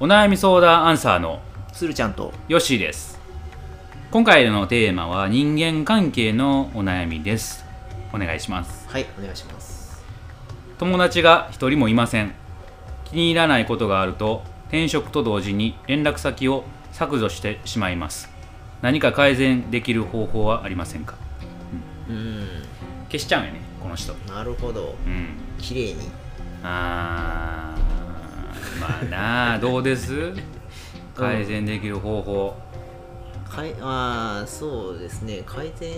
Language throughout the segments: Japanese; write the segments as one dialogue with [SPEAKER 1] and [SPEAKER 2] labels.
[SPEAKER 1] お悩み相談アンサーの
[SPEAKER 2] 鶴ちゃんと
[SPEAKER 1] ヨッシーです今回のテーマは人間関係のお悩みですお願いします
[SPEAKER 2] はいお願いします
[SPEAKER 1] 友達が一人もいません気に入らないことがあると転職と同時に連絡先を削除してしまいます何か改善できる方法はありませんか
[SPEAKER 2] うん
[SPEAKER 1] 消しちゃうんよねこの人
[SPEAKER 2] なるほど
[SPEAKER 1] うん
[SPEAKER 2] 綺麗に
[SPEAKER 1] あーまあなあ どうです改善できる方法
[SPEAKER 2] かいあーそうですね改善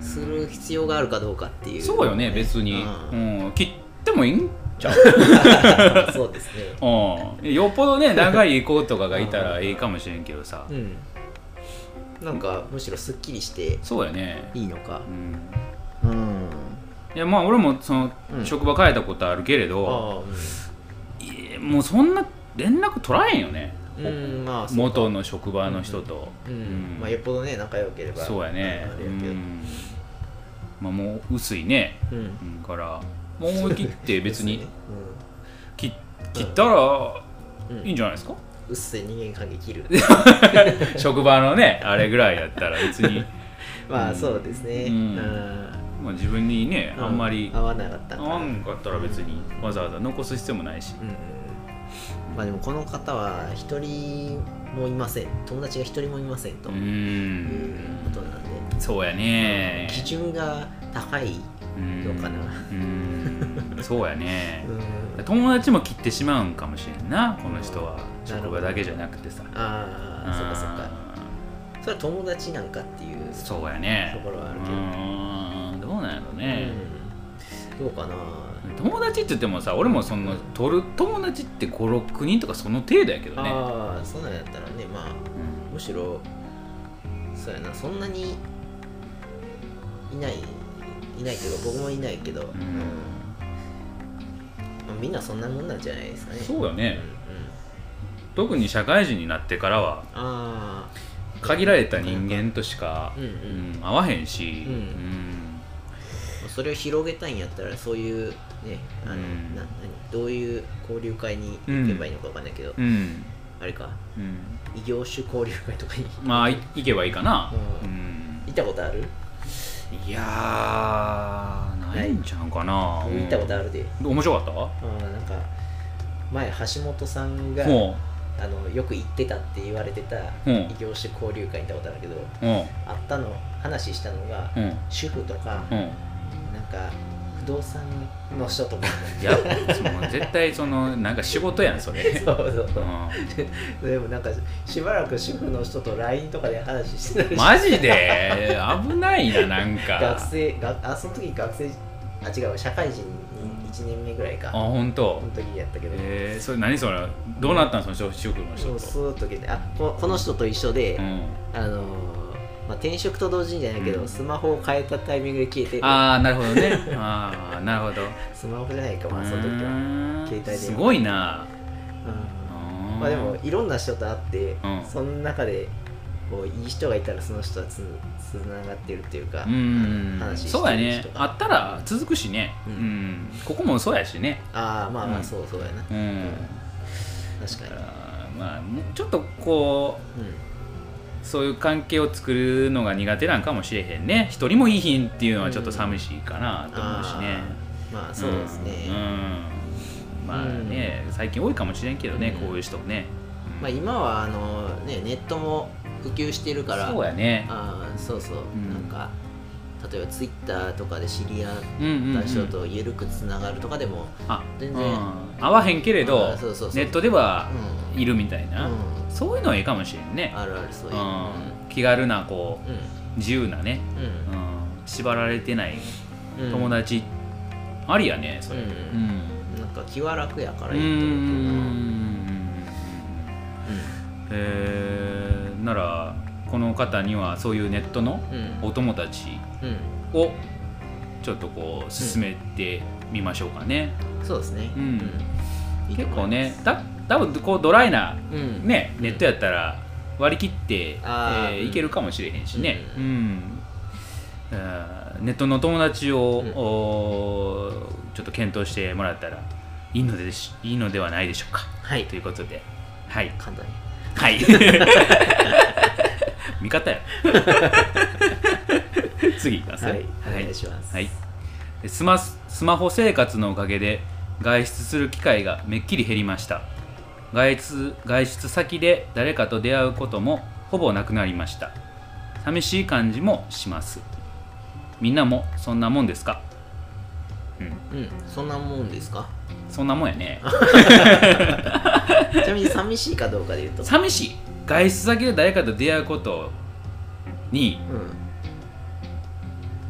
[SPEAKER 2] する必要があるかどうかっていう
[SPEAKER 1] そうよね別に、
[SPEAKER 2] う
[SPEAKER 1] うんん、切ってもいいんちゃう
[SPEAKER 2] そうですね
[SPEAKER 1] うんよっぽ どね長い子とかがいたらいいかもしれんけどさ
[SPEAKER 2] うんなんかむしろすっきりして
[SPEAKER 1] そうやね
[SPEAKER 2] いいのか
[SPEAKER 1] うん
[SPEAKER 2] うん
[SPEAKER 1] いやまあ俺もその
[SPEAKER 2] うん
[SPEAKER 1] 職場変えたことあるけれ
[SPEAKER 2] あ
[SPEAKER 1] ど、
[SPEAKER 2] あ
[SPEAKER 1] いやもうそんな連絡取らへんよね、
[SPEAKER 2] うん、うん、まあそう
[SPEAKER 1] 元の職場の人と、
[SPEAKER 2] う
[SPEAKER 1] うん
[SPEAKER 2] んまあよっぽどね仲良ければ
[SPEAKER 1] そうやね
[SPEAKER 2] あれ
[SPEAKER 1] う
[SPEAKER 2] やけど
[SPEAKER 1] んまあもう薄いね、
[SPEAKER 2] うん
[SPEAKER 1] うん、からもう思い切って別
[SPEAKER 2] うっ
[SPEAKER 1] に
[SPEAKER 2] すね
[SPEAKER 1] 切切ったら
[SPEAKER 2] うんうん
[SPEAKER 1] いいんじゃないですか、
[SPEAKER 2] うっせえ人間関係 切る
[SPEAKER 1] 職場のねあれぐらいやったら別に、
[SPEAKER 2] まあそうですね
[SPEAKER 1] う
[SPEAKER 2] うんん
[SPEAKER 1] まあ、自分にねあんまり
[SPEAKER 2] 合わなかった
[SPEAKER 1] 合
[SPEAKER 2] のかな
[SPEAKER 1] わんかったら別にわざわざ残す必要もないし
[SPEAKER 2] うんうんまあでもこの方は一人もいません友達が一人もいませんと
[SPEAKER 1] う
[SPEAKER 2] いうんことなんで、
[SPEAKER 1] そうやね
[SPEAKER 2] 基準が高いのかな
[SPEAKER 1] うんうんそうやね
[SPEAKER 2] うん
[SPEAKER 1] 友達も切ってしまうんかもしれんなこの人は
[SPEAKER 2] なる
[SPEAKER 1] 職
[SPEAKER 2] ほど
[SPEAKER 1] 場だけじゃなくてさ
[SPEAKER 2] ああそっかそっかそれは友達なんかっていう
[SPEAKER 1] そそうやね
[SPEAKER 2] ところはあるけど
[SPEAKER 1] うんどうなんやろう
[SPEAKER 2] う
[SPEAKER 1] ね、
[SPEAKER 2] んどうかな
[SPEAKER 1] 友達って言ってもさ俺もその取る友達って56人とかその程度やけどね、
[SPEAKER 2] ああそんなんやったらねまあ
[SPEAKER 1] うん
[SPEAKER 2] むしろそうやなそんなにいないいないけど僕もいないけど、うんまあみんなそんなもんなんじゃないですかね
[SPEAKER 1] そうよね
[SPEAKER 2] んうん
[SPEAKER 1] 特に社会人になってからは
[SPEAKER 2] あ
[SPEAKER 1] 限られた人間としか、
[SPEAKER 2] うんうん
[SPEAKER 1] うん会わへんし、
[SPEAKER 2] うんあそれを広げたいんやったらそういうねあの、
[SPEAKER 1] うん
[SPEAKER 2] な何どういう交流会に行けばいいのかわかんないけど、
[SPEAKER 1] うんうん
[SPEAKER 2] あれか
[SPEAKER 1] うん
[SPEAKER 2] 異業種交流会とかに
[SPEAKER 1] まあい行けばいいかな、う
[SPEAKER 2] うん行ったことある、
[SPEAKER 1] いやーないんちゃうかな、
[SPEAKER 2] 行ったことあるで
[SPEAKER 1] 面白か
[SPEAKER 2] あーなんか前橋本さん
[SPEAKER 1] っ
[SPEAKER 2] が
[SPEAKER 1] たも
[SPEAKER 2] あのよく行ってたって言われてた
[SPEAKER 1] うん
[SPEAKER 2] 異業種交流会行ったことあるけど、
[SPEAKER 1] ううん
[SPEAKER 2] あったの話したのが、
[SPEAKER 1] うん
[SPEAKER 2] 主婦とか、
[SPEAKER 1] うん
[SPEAKER 2] なんか不動産の人とか
[SPEAKER 1] いやその絶対そのなんか仕事やんそれ、
[SPEAKER 2] そうそう
[SPEAKER 1] う
[SPEAKER 2] そ
[SPEAKER 1] ん、
[SPEAKER 2] うでもなんかしばらく主婦の人と LINE とかで話してたりして
[SPEAKER 1] マジで危ないななん
[SPEAKER 2] 学
[SPEAKER 1] か
[SPEAKER 2] 生があその時学生あ違う社会人1年目ぐらいか
[SPEAKER 1] あ
[SPEAKER 2] そ
[SPEAKER 1] 本当
[SPEAKER 2] の時やったけど、
[SPEAKER 1] えー、それ何それどうなったんその主婦の人
[SPEAKER 2] そう
[SPEAKER 1] と
[SPEAKER 2] そうと時であここの人と一緒で、
[SPEAKER 1] うん、
[SPEAKER 2] あのーまあ、転職と同時にじゃないけど、
[SPEAKER 1] うん
[SPEAKER 2] スマホを変えたタイミングで消えて
[SPEAKER 1] ああなるほど ねああなるほど
[SPEAKER 2] スマホじゃないかまあその時
[SPEAKER 1] う
[SPEAKER 2] は、
[SPEAKER 1] ーん
[SPEAKER 2] 携帯電話
[SPEAKER 1] すごいな
[SPEAKER 2] う
[SPEAKER 1] ま
[SPEAKER 2] んまあでもいろんな人と会って、
[SPEAKER 1] うん
[SPEAKER 2] その中でこういい人がいたらその人はつつながってるっていうか、
[SPEAKER 1] うん
[SPEAKER 2] 話してる人とか
[SPEAKER 1] そうやねあったら続くしね、う
[SPEAKER 2] うんん
[SPEAKER 1] ここもそうやしね
[SPEAKER 2] ああまあま
[SPEAKER 1] うん
[SPEAKER 2] あそうそうやな、
[SPEAKER 1] うん、だか
[SPEAKER 2] 確かに、
[SPEAKER 1] らまあもうちょっとこう
[SPEAKER 2] うん、
[SPEAKER 1] そういう関係を作るのが苦手なんかもしれへんね一人もいいひんっていうのはちょっと寂しいかなと思うしね、
[SPEAKER 2] あーまあそうですね、
[SPEAKER 1] うんうんまあね、最近多いかもしれんけどね、
[SPEAKER 2] うん
[SPEAKER 1] こういう人もね、うん
[SPEAKER 2] まあ、今はあの、ね、ネットも普及してるから
[SPEAKER 1] そうやね
[SPEAKER 2] あーそうそう、
[SPEAKER 1] ん
[SPEAKER 2] なんか例えばツイッターとかで知り合っ
[SPEAKER 1] うんうん、う
[SPEAKER 2] た
[SPEAKER 1] ん、
[SPEAKER 2] 人と緩くつながるとかでも、
[SPEAKER 1] あ
[SPEAKER 2] 全然
[SPEAKER 1] うん合わへんけれど
[SPEAKER 2] あそうそうそう
[SPEAKER 1] ネットでは
[SPEAKER 2] うん
[SPEAKER 1] いるみたいな、
[SPEAKER 2] うん
[SPEAKER 1] そういうのはいいかもしれんね、
[SPEAKER 2] あるあるそう
[SPEAKER 1] う
[SPEAKER 2] いう、うん
[SPEAKER 1] ん、気軽なこう自由なね、
[SPEAKER 2] うんうん
[SPEAKER 1] うん、縛られてない
[SPEAKER 2] うん
[SPEAKER 1] 友達、ありやねそれ、
[SPEAKER 2] うん
[SPEAKER 1] ん
[SPEAKER 2] なんか気は楽やから
[SPEAKER 1] う
[SPEAKER 2] いいと思うけどなん
[SPEAKER 1] えー、ならこの方にはそういうネットの
[SPEAKER 2] うんう
[SPEAKER 1] お
[SPEAKER 2] ん
[SPEAKER 1] 友達
[SPEAKER 2] う
[SPEAKER 1] をちょっとこう進めてみましょうかね、
[SPEAKER 2] ん、そうですね、
[SPEAKER 1] うん
[SPEAKER 2] いいと
[SPEAKER 1] 結
[SPEAKER 2] 思
[SPEAKER 1] 構
[SPEAKER 2] いま
[SPEAKER 1] ね
[SPEAKER 2] す、
[SPEAKER 1] だ多分こうドライな、
[SPEAKER 2] うん、
[SPEAKER 1] ね
[SPEAKER 2] うん
[SPEAKER 1] ネットやったら割り切って、
[SPEAKER 2] あー
[SPEAKER 1] えー
[SPEAKER 2] うん
[SPEAKER 1] いけるかもしれへんしね、う
[SPEAKER 2] うん
[SPEAKER 1] あーネットの友達を、
[SPEAKER 2] うん
[SPEAKER 1] おーちょっと検討してもらったらいいのでしいいのではないでしょうか
[SPEAKER 2] はい
[SPEAKER 1] ということではい
[SPEAKER 2] 簡単に
[SPEAKER 1] はい 味方や次いきます
[SPEAKER 2] は
[SPEAKER 1] は
[SPEAKER 2] いお
[SPEAKER 1] い
[SPEAKER 2] 願いします
[SPEAKER 1] はい、でスマススマホ生活のおかげで外出する機会がめっきり減りました外出外出先で誰かと出会うこともほぼなくなりました寂しい感じもしますみんなもそんなもんですかうん
[SPEAKER 2] うんそんなもんですか
[SPEAKER 1] そんなもんや ね
[SPEAKER 2] ちなみに寂しいかどうかで言うと
[SPEAKER 1] 寂しい外出先で誰かと出会うことに、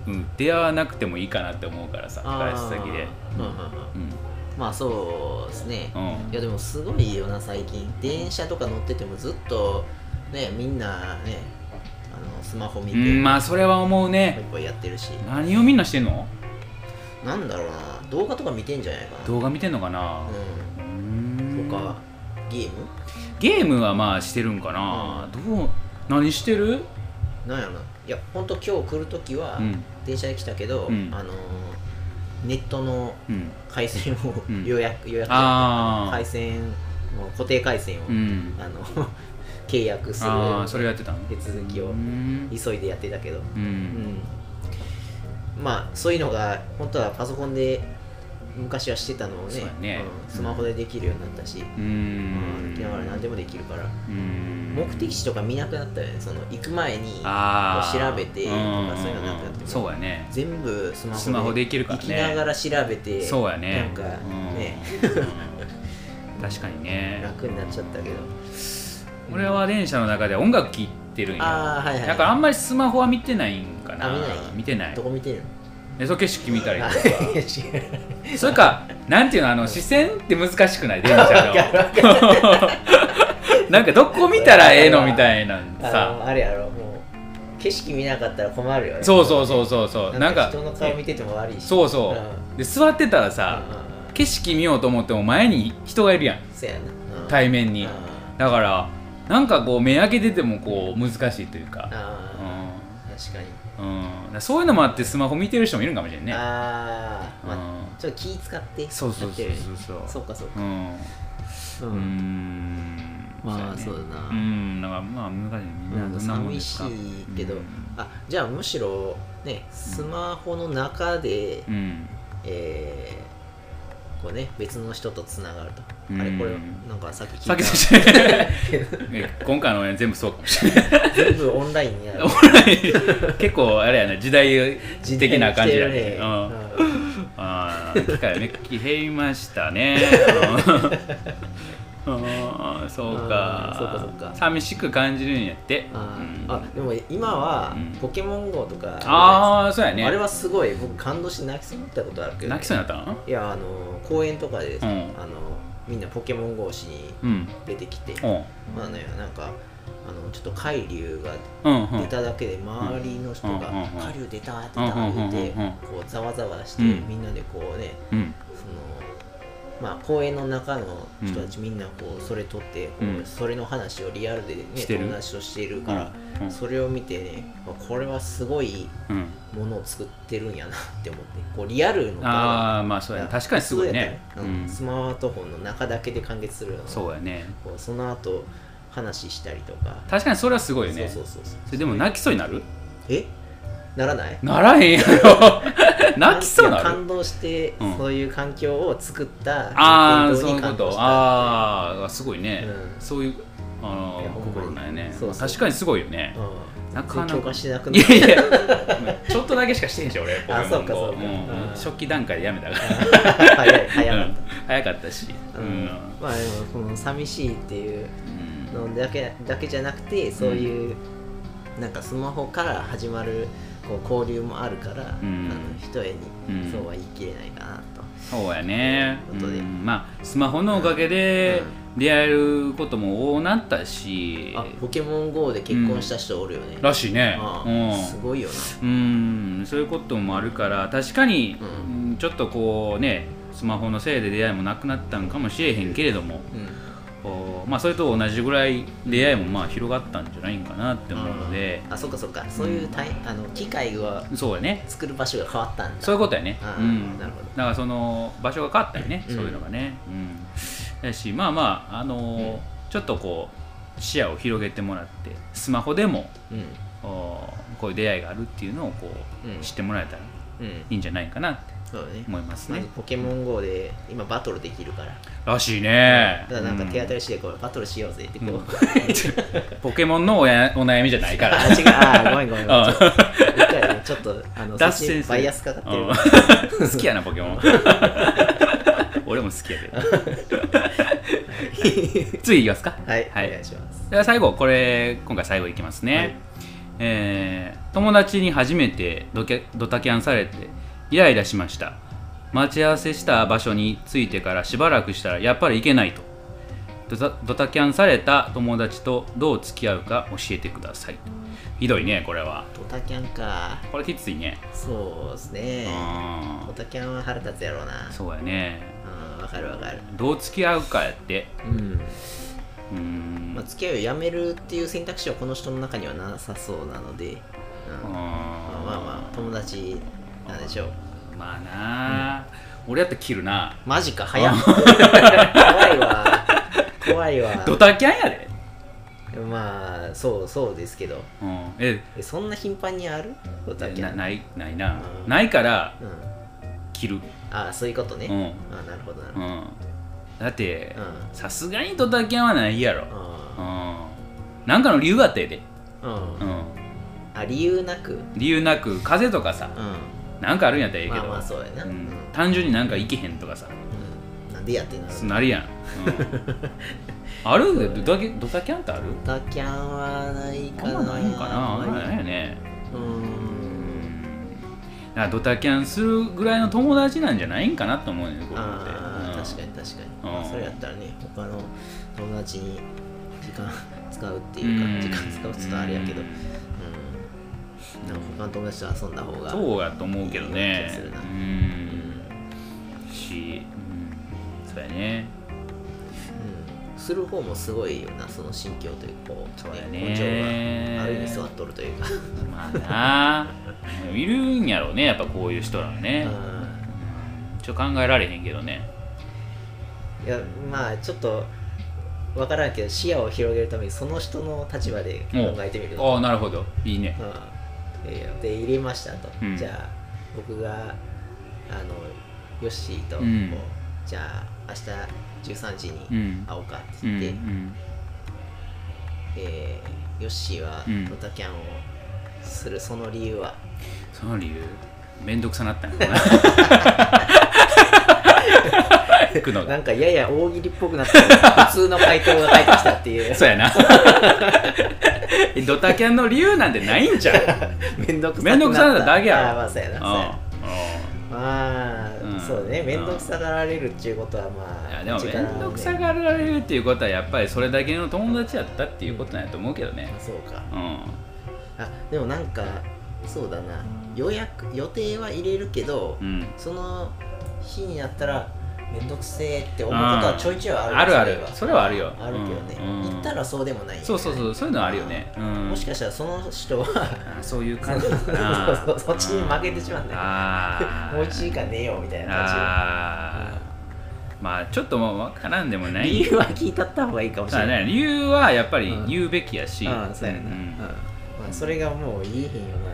[SPEAKER 2] うん
[SPEAKER 1] うん、出会わなくてもいいかなって思うからさ外出先で
[SPEAKER 2] あーうんうんう
[SPEAKER 1] う
[SPEAKER 2] ん
[SPEAKER 1] ん
[SPEAKER 2] まあそうですね
[SPEAKER 1] うん
[SPEAKER 2] いやでもすごいよな最近電車とか乗っててもずっとねみんなねあのスマホ見
[SPEAKER 1] う
[SPEAKER 2] て
[SPEAKER 1] んまあそれは思う
[SPEAKER 2] いっ
[SPEAKER 1] ね
[SPEAKER 2] ぱいやってるし
[SPEAKER 1] 何をみんなしてんの
[SPEAKER 2] なんだろうな動画とか見てんじゃないかな
[SPEAKER 1] 動画見てんのかなうー
[SPEAKER 2] うんんとかゲーム
[SPEAKER 1] ゲームはまあしてるんかな、どう何してる
[SPEAKER 2] なんやろないやほんと今日来るときは
[SPEAKER 1] うん
[SPEAKER 2] 電車で来たけど、
[SPEAKER 1] うん
[SPEAKER 2] あのーネットの
[SPEAKER 1] うん
[SPEAKER 2] 回線を
[SPEAKER 1] うん
[SPEAKER 2] 予約、予約
[SPEAKER 1] ああ
[SPEAKER 2] 回線もう固定回線を、
[SPEAKER 1] うん
[SPEAKER 2] あの 契約する
[SPEAKER 1] ああそれやってたの
[SPEAKER 2] 手続きを
[SPEAKER 1] うん
[SPEAKER 2] 急いでやってたけど
[SPEAKER 1] う
[SPEAKER 2] うんんまあそういうのが本当はパソコンで昔はしてたのをね
[SPEAKER 1] そうやね
[SPEAKER 2] うんスマホでできるようになったし、
[SPEAKER 1] う
[SPEAKER 2] うん
[SPEAKER 1] ん
[SPEAKER 2] だから何でもできるから
[SPEAKER 1] うん
[SPEAKER 2] 目的地とか見なくなったよねその行く前に
[SPEAKER 1] ああ
[SPEAKER 2] 調べてとかそういうのなくなって
[SPEAKER 1] そうやね
[SPEAKER 2] 全部スマホ
[SPEAKER 1] スマホでいけるからね
[SPEAKER 2] 行きながら調べて
[SPEAKER 1] そうやね
[SPEAKER 2] なんか
[SPEAKER 1] うん
[SPEAKER 2] ね、
[SPEAKER 1] うん 確かにね
[SPEAKER 2] 楽になっちゃったけど
[SPEAKER 1] 俺は電車の中で音楽聴いてるんや
[SPEAKER 2] ああはいはい
[SPEAKER 1] だからあんまりスマホは見てないんかな
[SPEAKER 2] あ見ない
[SPEAKER 1] 見てない
[SPEAKER 2] どこ見てるの
[SPEAKER 1] でその景色見たりと
[SPEAKER 2] あ
[SPEAKER 1] か
[SPEAKER 2] いや違う
[SPEAKER 1] それか、なんていうの、あの視線って難しくない電車の。 なんかどこ見たらええのみたいな
[SPEAKER 2] あ
[SPEAKER 1] さ。
[SPEAKER 2] のあれやろもう景色見なかったら困るよね
[SPEAKER 1] そうそうそうそうそう、なんか
[SPEAKER 2] 人。の顔見てても悪いし
[SPEAKER 1] そうそう。で座ってたら
[SPEAKER 2] あ
[SPEAKER 1] さ、景色見ようと思っても前に人がいるやん、
[SPEAKER 2] そやなうん
[SPEAKER 1] 対面に
[SPEAKER 2] うん。
[SPEAKER 1] だから、なんかこう目開けててもこう難しいというか。うん
[SPEAKER 2] あー確かに
[SPEAKER 1] うん、だからそういうのもあってスマホ見てる人もいるんかもしれんね。
[SPEAKER 2] ああま
[SPEAKER 1] うん
[SPEAKER 2] あちょっと気使ってやってる
[SPEAKER 1] そうそうそう
[SPEAKER 2] そ
[SPEAKER 1] そう
[SPEAKER 2] かそう
[SPEAKER 1] う。うん。
[SPEAKER 2] か
[SPEAKER 1] うーん
[SPEAKER 2] まあ
[SPEAKER 1] やね
[SPEAKER 2] そうだな
[SPEAKER 1] うんなんかまあ難しいねみんなどんなもん
[SPEAKER 2] 寂
[SPEAKER 1] です
[SPEAKER 2] し
[SPEAKER 1] か
[SPEAKER 2] いけど
[SPEAKER 1] うん
[SPEAKER 2] あじゃあむしろねスマホの中で
[SPEAKER 1] うん
[SPEAKER 2] えーこうね別の人とつながると
[SPEAKER 1] うん
[SPEAKER 2] あれこれなんかさっき
[SPEAKER 1] さ
[SPEAKER 2] 聞
[SPEAKER 1] っき
[SPEAKER 2] い
[SPEAKER 1] そして今回の俺全部そうかもしれない
[SPEAKER 2] た 全部オンラインにやる
[SPEAKER 1] 結構あれやね時代 的な感じや
[SPEAKER 2] 来て
[SPEAKER 1] ね
[SPEAKER 2] る
[SPEAKER 1] うん
[SPEAKER 2] うん
[SPEAKER 1] あー機会めっきり減りました ねうんうんそうか
[SPEAKER 2] うんそうかそうか
[SPEAKER 1] 寂しく感じるんやって
[SPEAKER 2] あー
[SPEAKER 1] うん
[SPEAKER 2] あでも今は
[SPEAKER 1] うん
[SPEAKER 2] ポケモン GO とか
[SPEAKER 1] あーそうやね
[SPEAKER 2] あれはすごい僕感動して泣きそうになったことあるけど
[SPEAKER 1] 泣きそうになったん
[SPEAKER 2] いやあの公園とかで、
[SPEAKER 1] うん
[SPEAKER 2] あのみんなポケモン GO しに
[SPEAKER 1] うん
[SPEAKER 2] 出てきて、
[SPEAKER 1] うん
[SPEAKER 2] まあねなんかあのちょっと海流が
[SPEAKER 1] うんうん
[SPEAKER 2] 出ただけで周りの人が
[SPEAKER 1] うんうん
[SPEAKER 2] 「海流出た!」出
[SPEAKER 1] うん
[SPEAKER 2] たって言って
[SPEAKER 1] うんうん
[SPEAKER 2] こうざわざわして
[SPEAKER 1] うん
[SPEAKER 2] みんなでこうね
[SPEAKER 1] うん
[SPEAKER 2] そのまあ公園の中の人たちみんなこうそれ撮ってこう
[SPEAKER 1] うん
[SPEAKER 2] それの話をリアルでね
[SPEAKER 1] してる
[SPEAKER 2] 友達としてるから
[SPEAKER 1] うんうん
[SPEAKER 2] それを見てねあこれはすごい
[SPEAKER 1] うん
[SPEAKER 2] ものを作ってるんやなって思ってこうリアルのが
[SPEAKER 1] ああまあそうやね確かにすごいね
[SPEAKER 2] そ
[SPEAKER 1] う
[SPEAKER 2] うやったねうん
[SPEAKER 1] ん
[SPEAKER 2] スマートフォンの中だけで完結するの
[SPEAKER 1] そうやね
[SPEAKER 2] こうその後話したりとか
[SPEAKER 1] 確かにそれはすごいよね
[SPEAKER 2] そうそうそうそう
[SPEAKER 1] それでも泣きそうになる
[SPEAKER 2] えならない
[SPEAKER 1] ならへんやろ 泣きそうなる
[SPEAKER 2] 感動して、
[SPEAKER 1] うん
[SPEAKER 2] そういう環境を作った
[SPEAKER 1] ああ
[SPEAKER 2] 伝
[SPEAKER 1] そう
[SPEAKER 2] 統
[SPEAKER 1] いう
[SPEAKER 2] に
[SPEAKER 1] こ
[SPEAKER 2] 感動
[SPEAKER 1] と
[SPEAKER 2] した
[SPEAKER 1] ああすごいね
[SPEAKER 2] うん
[SPEAKER 1] そういうあ
[SPEAKER 2] いや
[SPEAKER 1] の
[SPEAKER 2] ほんまに
[SPEAKER 1] 心なんやね
[SPEAKER 2] そうそう
[SPEAKER 1] まあ確かにすごいよね
[SPEAKER 2] うん
[SPEAKER 1] なかなか
[SPEAKER 2] 全然共感しなく
[SPEAKER 1] い
[SPEAKER 2] な
[SPEAKER 1] や
[SPEAKER 2] る
[SPEAKER 1] いやちょっとだけしかしてへんし俺ポケモン
[SPEAKER 2] あそうか
[SPEAKER 1] GO
[SPEAKER 2] そうか
[SPEAKER 1] ん
[SPEAKER 2] うん
[SPEAKER 1] 初期段階でやめたから
[SPEAKER 2] 早い早
[SPEAKER 1] う
[SPEAKER 2] か
[SPEAKER 1] ん
[SPEAKER 2] っ、
[SPEAKER 1] 早かったしたう
[SPEAKER 2] うん
[SPEAKER 1] ん
[SPEAKER 2] まあでもこの寂しいっていう
[SPEAKER 1] うん
[SPEAKER 2] のだけだけじゃなくてそういう、なんかスマホから始まるこう交流もあるから、
[SPEAKER 1] うん
[SPEAKER 2] あの一重に、
[SPEAKER 1] うん
[SPEAKER 2] そうは言い切れないかなと
[SPEAKER 1] そうやね、
[SPEAKER 2] ということで
[SPEAKER 1] うんまあスマホのおかげで出会えることも多なったし、
[SPEAKER 2] あポケモン GO で結婚した人おるよね、
[SPEAKER 1] らしいね
[SPEAKER 2] うんすごいよな
[SPEAKER 1] うん、うん、そういうこともあるから確かに、
[SPEAKER 2] う
[SPEAKER 1] うんちょっとこうねスマホのせいで出会いもなくなったんかもしれへんけれども、こうまあ、それと同じぐらい出会いもまあ広がったんじゃないんかなって思うので、
[SPEAKER 2] あそっかそっかそういうたいあの機械を
[SPEAKER 1] そうやね
[SPEAKER 2] 作る場所が変わったんだ
[SPEAKER 1] そういうことやね。
[SPEAKER 2] あ
[SPEAKER 1] う
[SPEAKER 2] ー
[SPEAKER 1] ん。
[SPEAKER 2] なるほど
[SPEAKER 1] だからその場所が変わったりね、
[SPEAKER 2] うん
[SPEAKER 1] そういうのがね。うん。だし、まあまあ、あのーちょっとこう視野を広げてもらってスマホでも
[SPEAKER 2] うん
[SPEAKER 1] おこういう出会いがあるっていうのをこう、
[SPEAKER 2] うん
[SPEAKER 1] 知ってもらえたら
[SPEAKER 2] うん
[SPEAKER 1] いいんじゃないかなって
[SPEAKER 2] そうだね
[SPEAKER 1] 思います
[SPEAKER 2] ま
[SPEAKER 1] ね
[SPEAKER 2] ず。ポケモン GO で今バトルできるから、
[SPEAKER 1] らしいね。
[SPEAKER 2] だからなんか手当
[SPEAKER 1] り、
[SPEAKER 2] たり次第こうバトルしようぜってこう、
[SPEAKER 1] うん ポケモンのおやお悩みじゃないか
[SPEAKER 2] あ
[SPEAKER 1] ら。
[SPEAKER 2] 違うあーごめんごめんごめん
[SPEAKER 1] うん
[SPEAKER 2] ちょっと一回ねちょっとあの
[SPEAKER 1] 脱
[SPEAKER 2] そっち
[SPEAKER 1] 線する
[SPEAKER 2] バイアスかかってる
[SPEAKER 1] うん好きやなポケモン 俺も好きやけど次いきますか
[SPEAKER 2] はい、
[SPEAKER 1] はい
[SPEAKER 2] お願いします
[SPEAKER 1] では最後これ今回最後いきますね、
[SPEAKER 2] はい
[SPEAKER 1] えー友達に初めてドキャドタキャンされてイライラしました待ち合わせした場所に着いてからしばらくしたらやっぱり行けないとドタドタキャンされた友達とどう付き合うか教えてくださいひどいねこれは
[SPEAKER 2] ドタキャンか
[SPEAKER 1] これきついね
[SPEAKER 2] そうです
[SPEAKER 1] う
[SPEAKER 2] ねド
[SPEAKER 1] ん
[SPEAKER 2] タキャンは腹立つやろうな
[SPEAKER 1] そうやね
[SPEAKER 2] うんわかるわかる
[SPEAKER 1] どう付き合うかやって
[SPEAKER 2] うん、
[SPEAKER 1] うーん
[SPEAKER 2] まあ、付き合いをやめるっていう選択肢はこの人の中にはなさそうなので、うんまあまあまあ友達なんでしょう
[SPEAKER 1] あまあなあ、俺やったら切るな
[SPEAKER 2] マジか早っ怖いわ怖いわ
[SPEAKER 1] ドタキャンやで、
[SPEAKER 2] まあそうそうですけど
[SPEAKER 1] うん、え
[SPEAKER 2] えそんな頻繁にあるドタキャ
[SPEAKER 1] な
[SPEAKER 2] ン
[SPEAKER 1] ないないな、
[SPEAKER 2] うん
[SPEAKER 1] ないから
[SPEAKER 2] うん、
[SPEAKER 1] 切る、
[SPEAKER 2] ああそういうことね、
[SPEAKER 1] うん
[SPEAKER 2] ああなるほどなる
[SPEAKER 1] う
[SPEAKER 2] ほど、
[SPEAKER 1] ん、だって
[SPEAKER 2] うん
[SPEAKER 1] さすがにドタキャンはないやろ、うん、
[SPEAKER 2] あ
[SPEAKER 1] なんかの理由があったやで、
[SPEAKER 2] ーう、
[SPEAKER 1] うんん、
[SPEAKER 2] あ理由なく、うん、
[SPEAKER 1] 理由なく風邪とかさなんかあるんやったらええけ
[SPEAKER 2] ま
[SPEAKER 1] ど、
[SPEAKER 2] あまあそうやな、
[SPEAKER 1] う
[SPEAKER 2] うんん、
[SPEAKER 1] 単純になんか行けへんとかさ
[SPEAKER 2] うんなんでやってんの
[SPEAKER 1] そうなるやん、うんあるんだよドタキドタキャンってある
[SPEAKER 2] ドタキャンはない
[SPEAKER 1] あ
[SPEAKER 2] か
[SPEAKER 1] ん
[SPEAKER 2] な
[SPEAKER 1] まないんかなあんまないよね
[SPEAKER 2] う
[SPEAKER 1] うんんだからドタキャンするぐらいの友達なんじゃないんかなと思うねこういうのって
[SPEAKER 2] あ
[SPEAKER 1] う
[SPEAKER 2] あ
[SPEAKER 1] ん
[SPEAKER 2] 確かに確かに、
[SPEAKER 1] うん
[SPEAKER 2] まあそれやったらね他の友達に時間 使うっていうか、
[SPEAKER 1] うん
[SPEAKER 2] 時間使うって言うとあれやけど、
[SPEAKER 1] う
[SPEAKER 2] うんんなんか他の友達と遊んだ方が
[SPEAKER 1] そうやと思うけど
[SPEAKER 2] いい気が
[SPEAKER 1] ね
[SPEAKER 2] するな
[SPEAKER 1] うんし、うん、そうやね
[SPEAKER 2] うんする方もすごいよなその心境というかこう
[SPEAKER 1] そうや
[SPEAKER 2] 根性
[SPEAKER 1] ね
[SPEAKER 2] がある意味座っとるというか、
[SPEAKER 1] まあないるんやろうねやっぱこういう人らはね
[SPEAKER 2] う
[SPEAKER 1] ちょっと考えられへんけどね
[SPEAKER 2] んいやまあちょっと分からんけど視野を広げるためにその人の立場で考えてみる
[SPEAKER 1] あ
[SPEAKER 2] と
[SPEAKER 1] あなるほどいいね
[SPEAKER 2] うんいやで入れましたと、
[SPEAKER 1] うん
[SPEAKER 2] じゃあ僕があのヨッシーとこう、
[SPEAKER 1] うん
[SPEAKER 2] じゃあ明日13時
[SPEAKER 1] う
[SPEAKER 2] に
[SPEAKER 1] ん
[SPEAKER 2] 会おうかって
[SPEAKER 1] うんう
[SPEAKER 2] 言って、
[SPEAKER 1] ん
[SPEAKER 2] えーヨッシーは
[SPEAKER 1] うん
[SPEAKER 2] ドタキャンをするその理由は、
[SPEAKER 1] その理由めんどくさなったんやろ な行くのが
[SPEAKER 2] なんかやや大喜利っぽく なってる普通の回答が返ってきたっていう
[SPEAKER 1] そうやなえドタキャンの理由なんてないんちゃう
[SPEAKER 2] めんどくさ
[SPEAKER 1] めんどくさなっただけやろ
[SPEAKER 2] あーまあそうや
[SPEAKER 1] うん
[SPEAKER 2] なそうやな
[SPEAKER 1] うん
[SPEAKER 2] まあ、
[SPEAKER 1] うん
[SPEAKER 2] そうだねめんどくさがられるっていうことはまあ
[SPEAKER 1] いやでも
[SPEAKER 2] 時間
[SPEAKER 1] 面
[SPEAKER 2] をね
[SPEAKER 1] 倒くさがられるっていうことはやっぱりそれだけの友達やったっていうことなんやと思うけどね
[SPEAKER 2] そうか
[SPEAKER 1] うん
[SPEAKER 2] あでもなんかそうだな予約予定は入れるけど、
[SPEAKER 1] うん
[SPEAKER 2] その日になったらめんどくせえって思うことはちょいちょいある
[SPEAKER 1] あるある
[SPEAKER 2] それは
[SPEAKER 1] それはあるよ
[SPEAKER 2] あるけどね、
[SPEAKER 1] うんうん
[SPEAKER 2] 行ったらそうでもないよね、
[SPEAKER 1] そうそうそうそういうのあるよねうん
[SPEAKER 2] もしかしたらその人は
[SPEAKER 1] あそういう感じなのかな
[SPEAKER 2] そうそうそっちに負けてしまうんだよ
[SPEAKER 1] あー
[SPEAKER 2] もう1時間寝ようみたいな感
[SPEAKER 1] あーまあちょっともう分からんでも
[SPEAKER 2] じ
[SPEAKER 1] ない
[SPEAKER 2] 理由は聞いたった方がいいかもし
[SPEAKER 1] そう
[SPEAKER 2] れ
[SPEAKER 1] や
[SPEAKER 2] ない
[SPEAKER 1] ね理由はやっぱり言うべきやし
[SPEAKER 2] うんそうやな、うん
[SPEAKER 1] ん
[SPEAKER 2] まあ、それがもう言えへんよ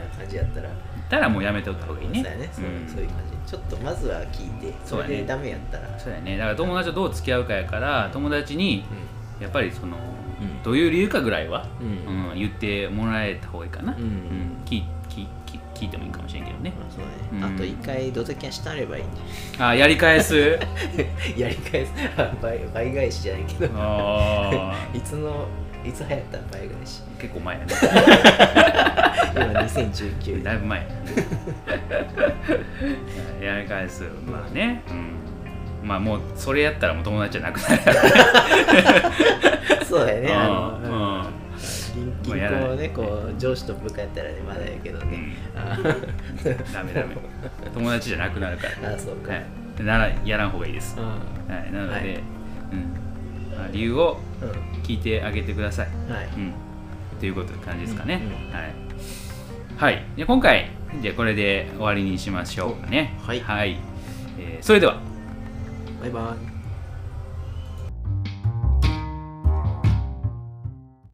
[SPEAKER 2] うな感じやったら
[SPEAKER 1] 言ったらもうやめておった方がいいね
[SPEAKER 2] そうやねそう,、
[SPEAKER 1] うん
[SPEAKER 2] そういう感じちょっとまずは聞いてそ
[SPEAKER 1] そう
[SPEAKER 2] れ
[SPEAKER 1] や
[SPEAKER 2] で
[SPEAKER 1] ね
[SPEAKER 2] ダメやったら
[SPEAKER 1] そうやねだから友達とどう付き合うかやから友達にやっぱりその
[SPEAKER 2] うん
[SPEAKER 1] どういう理由かぐらいは
[SPEAKER 2] うんうん、
[SPEAKER 1] うん、言ってもらえた方がいいかな、
[SPEAKER 2] うん
[SPEAKER 1] 聞い聞い聞い聞いてもいいかもしれんけどね、
[SPEAKER 2] まあそう
[SPEAKER 1] う
[SPEAKER 2] ね
[SPEAKER 1] ん
[SPEAKER 2] あと一回ドタキャンしたればいいん
[SPEAKER 1] あやり返 す
[SPEAKER 2] じゃん やり返す倍倍返しじゃないけど
[SPEAKER 1] あ
[SPEAKER 2] いつのいつ流行った倍返し
[SPEAKER 1] ー結構前や
[SPEAKER 2] 今2019
[SPEAKER 1] ね だ
[SPEAKER 2] 年
[SPEAKER 1] いぶ前やねやり返すまあね、うん、まあもうそれやったらもう友達じゃなくなるから
[SPEAKER 2] そうだよねあの、
[SPEAKER 1] うん
[SPEAKER 2] 銀銀
[SPEAKER 1] もうやらない
[SPEAKER 2] 行をねこう上司と部下やったらねまだやけど
[SPEAKER 1] う
[SPEAKER 2] ね、
[SPEAKER 1] ん
[SPEAKER 2] あ
[SPEAKER 1] ダメ ダメ友達じゃなくなるから、
[SPEAKER 2] あそうか、
[SPEAKER 1] はい、ならやらん方がいいです、
[SPEAKER 2] う
[SPEAKER 1] は
[SPEAKER 2] ん
[SPEAKER 1] い、なので、
[SPEAKER 2] はい
[SPEAKER 1] うんまあ理由を
[SPEAKER 2] う
[SPEAKER 1] 聞いてあげてください
[SPEAKER 2] んはい
[SPEAKER 1] うん、っていうこと感じですかね。
[SPEAKER 2] うん
[SPEAKER 1] はい。はい、で今回じゃあこれで終わりにしましょうかね。
[SPEAKER 2] はい
[SPEAKER 1] はい、えーそれでは。
[SPEAKER 2] バイバイ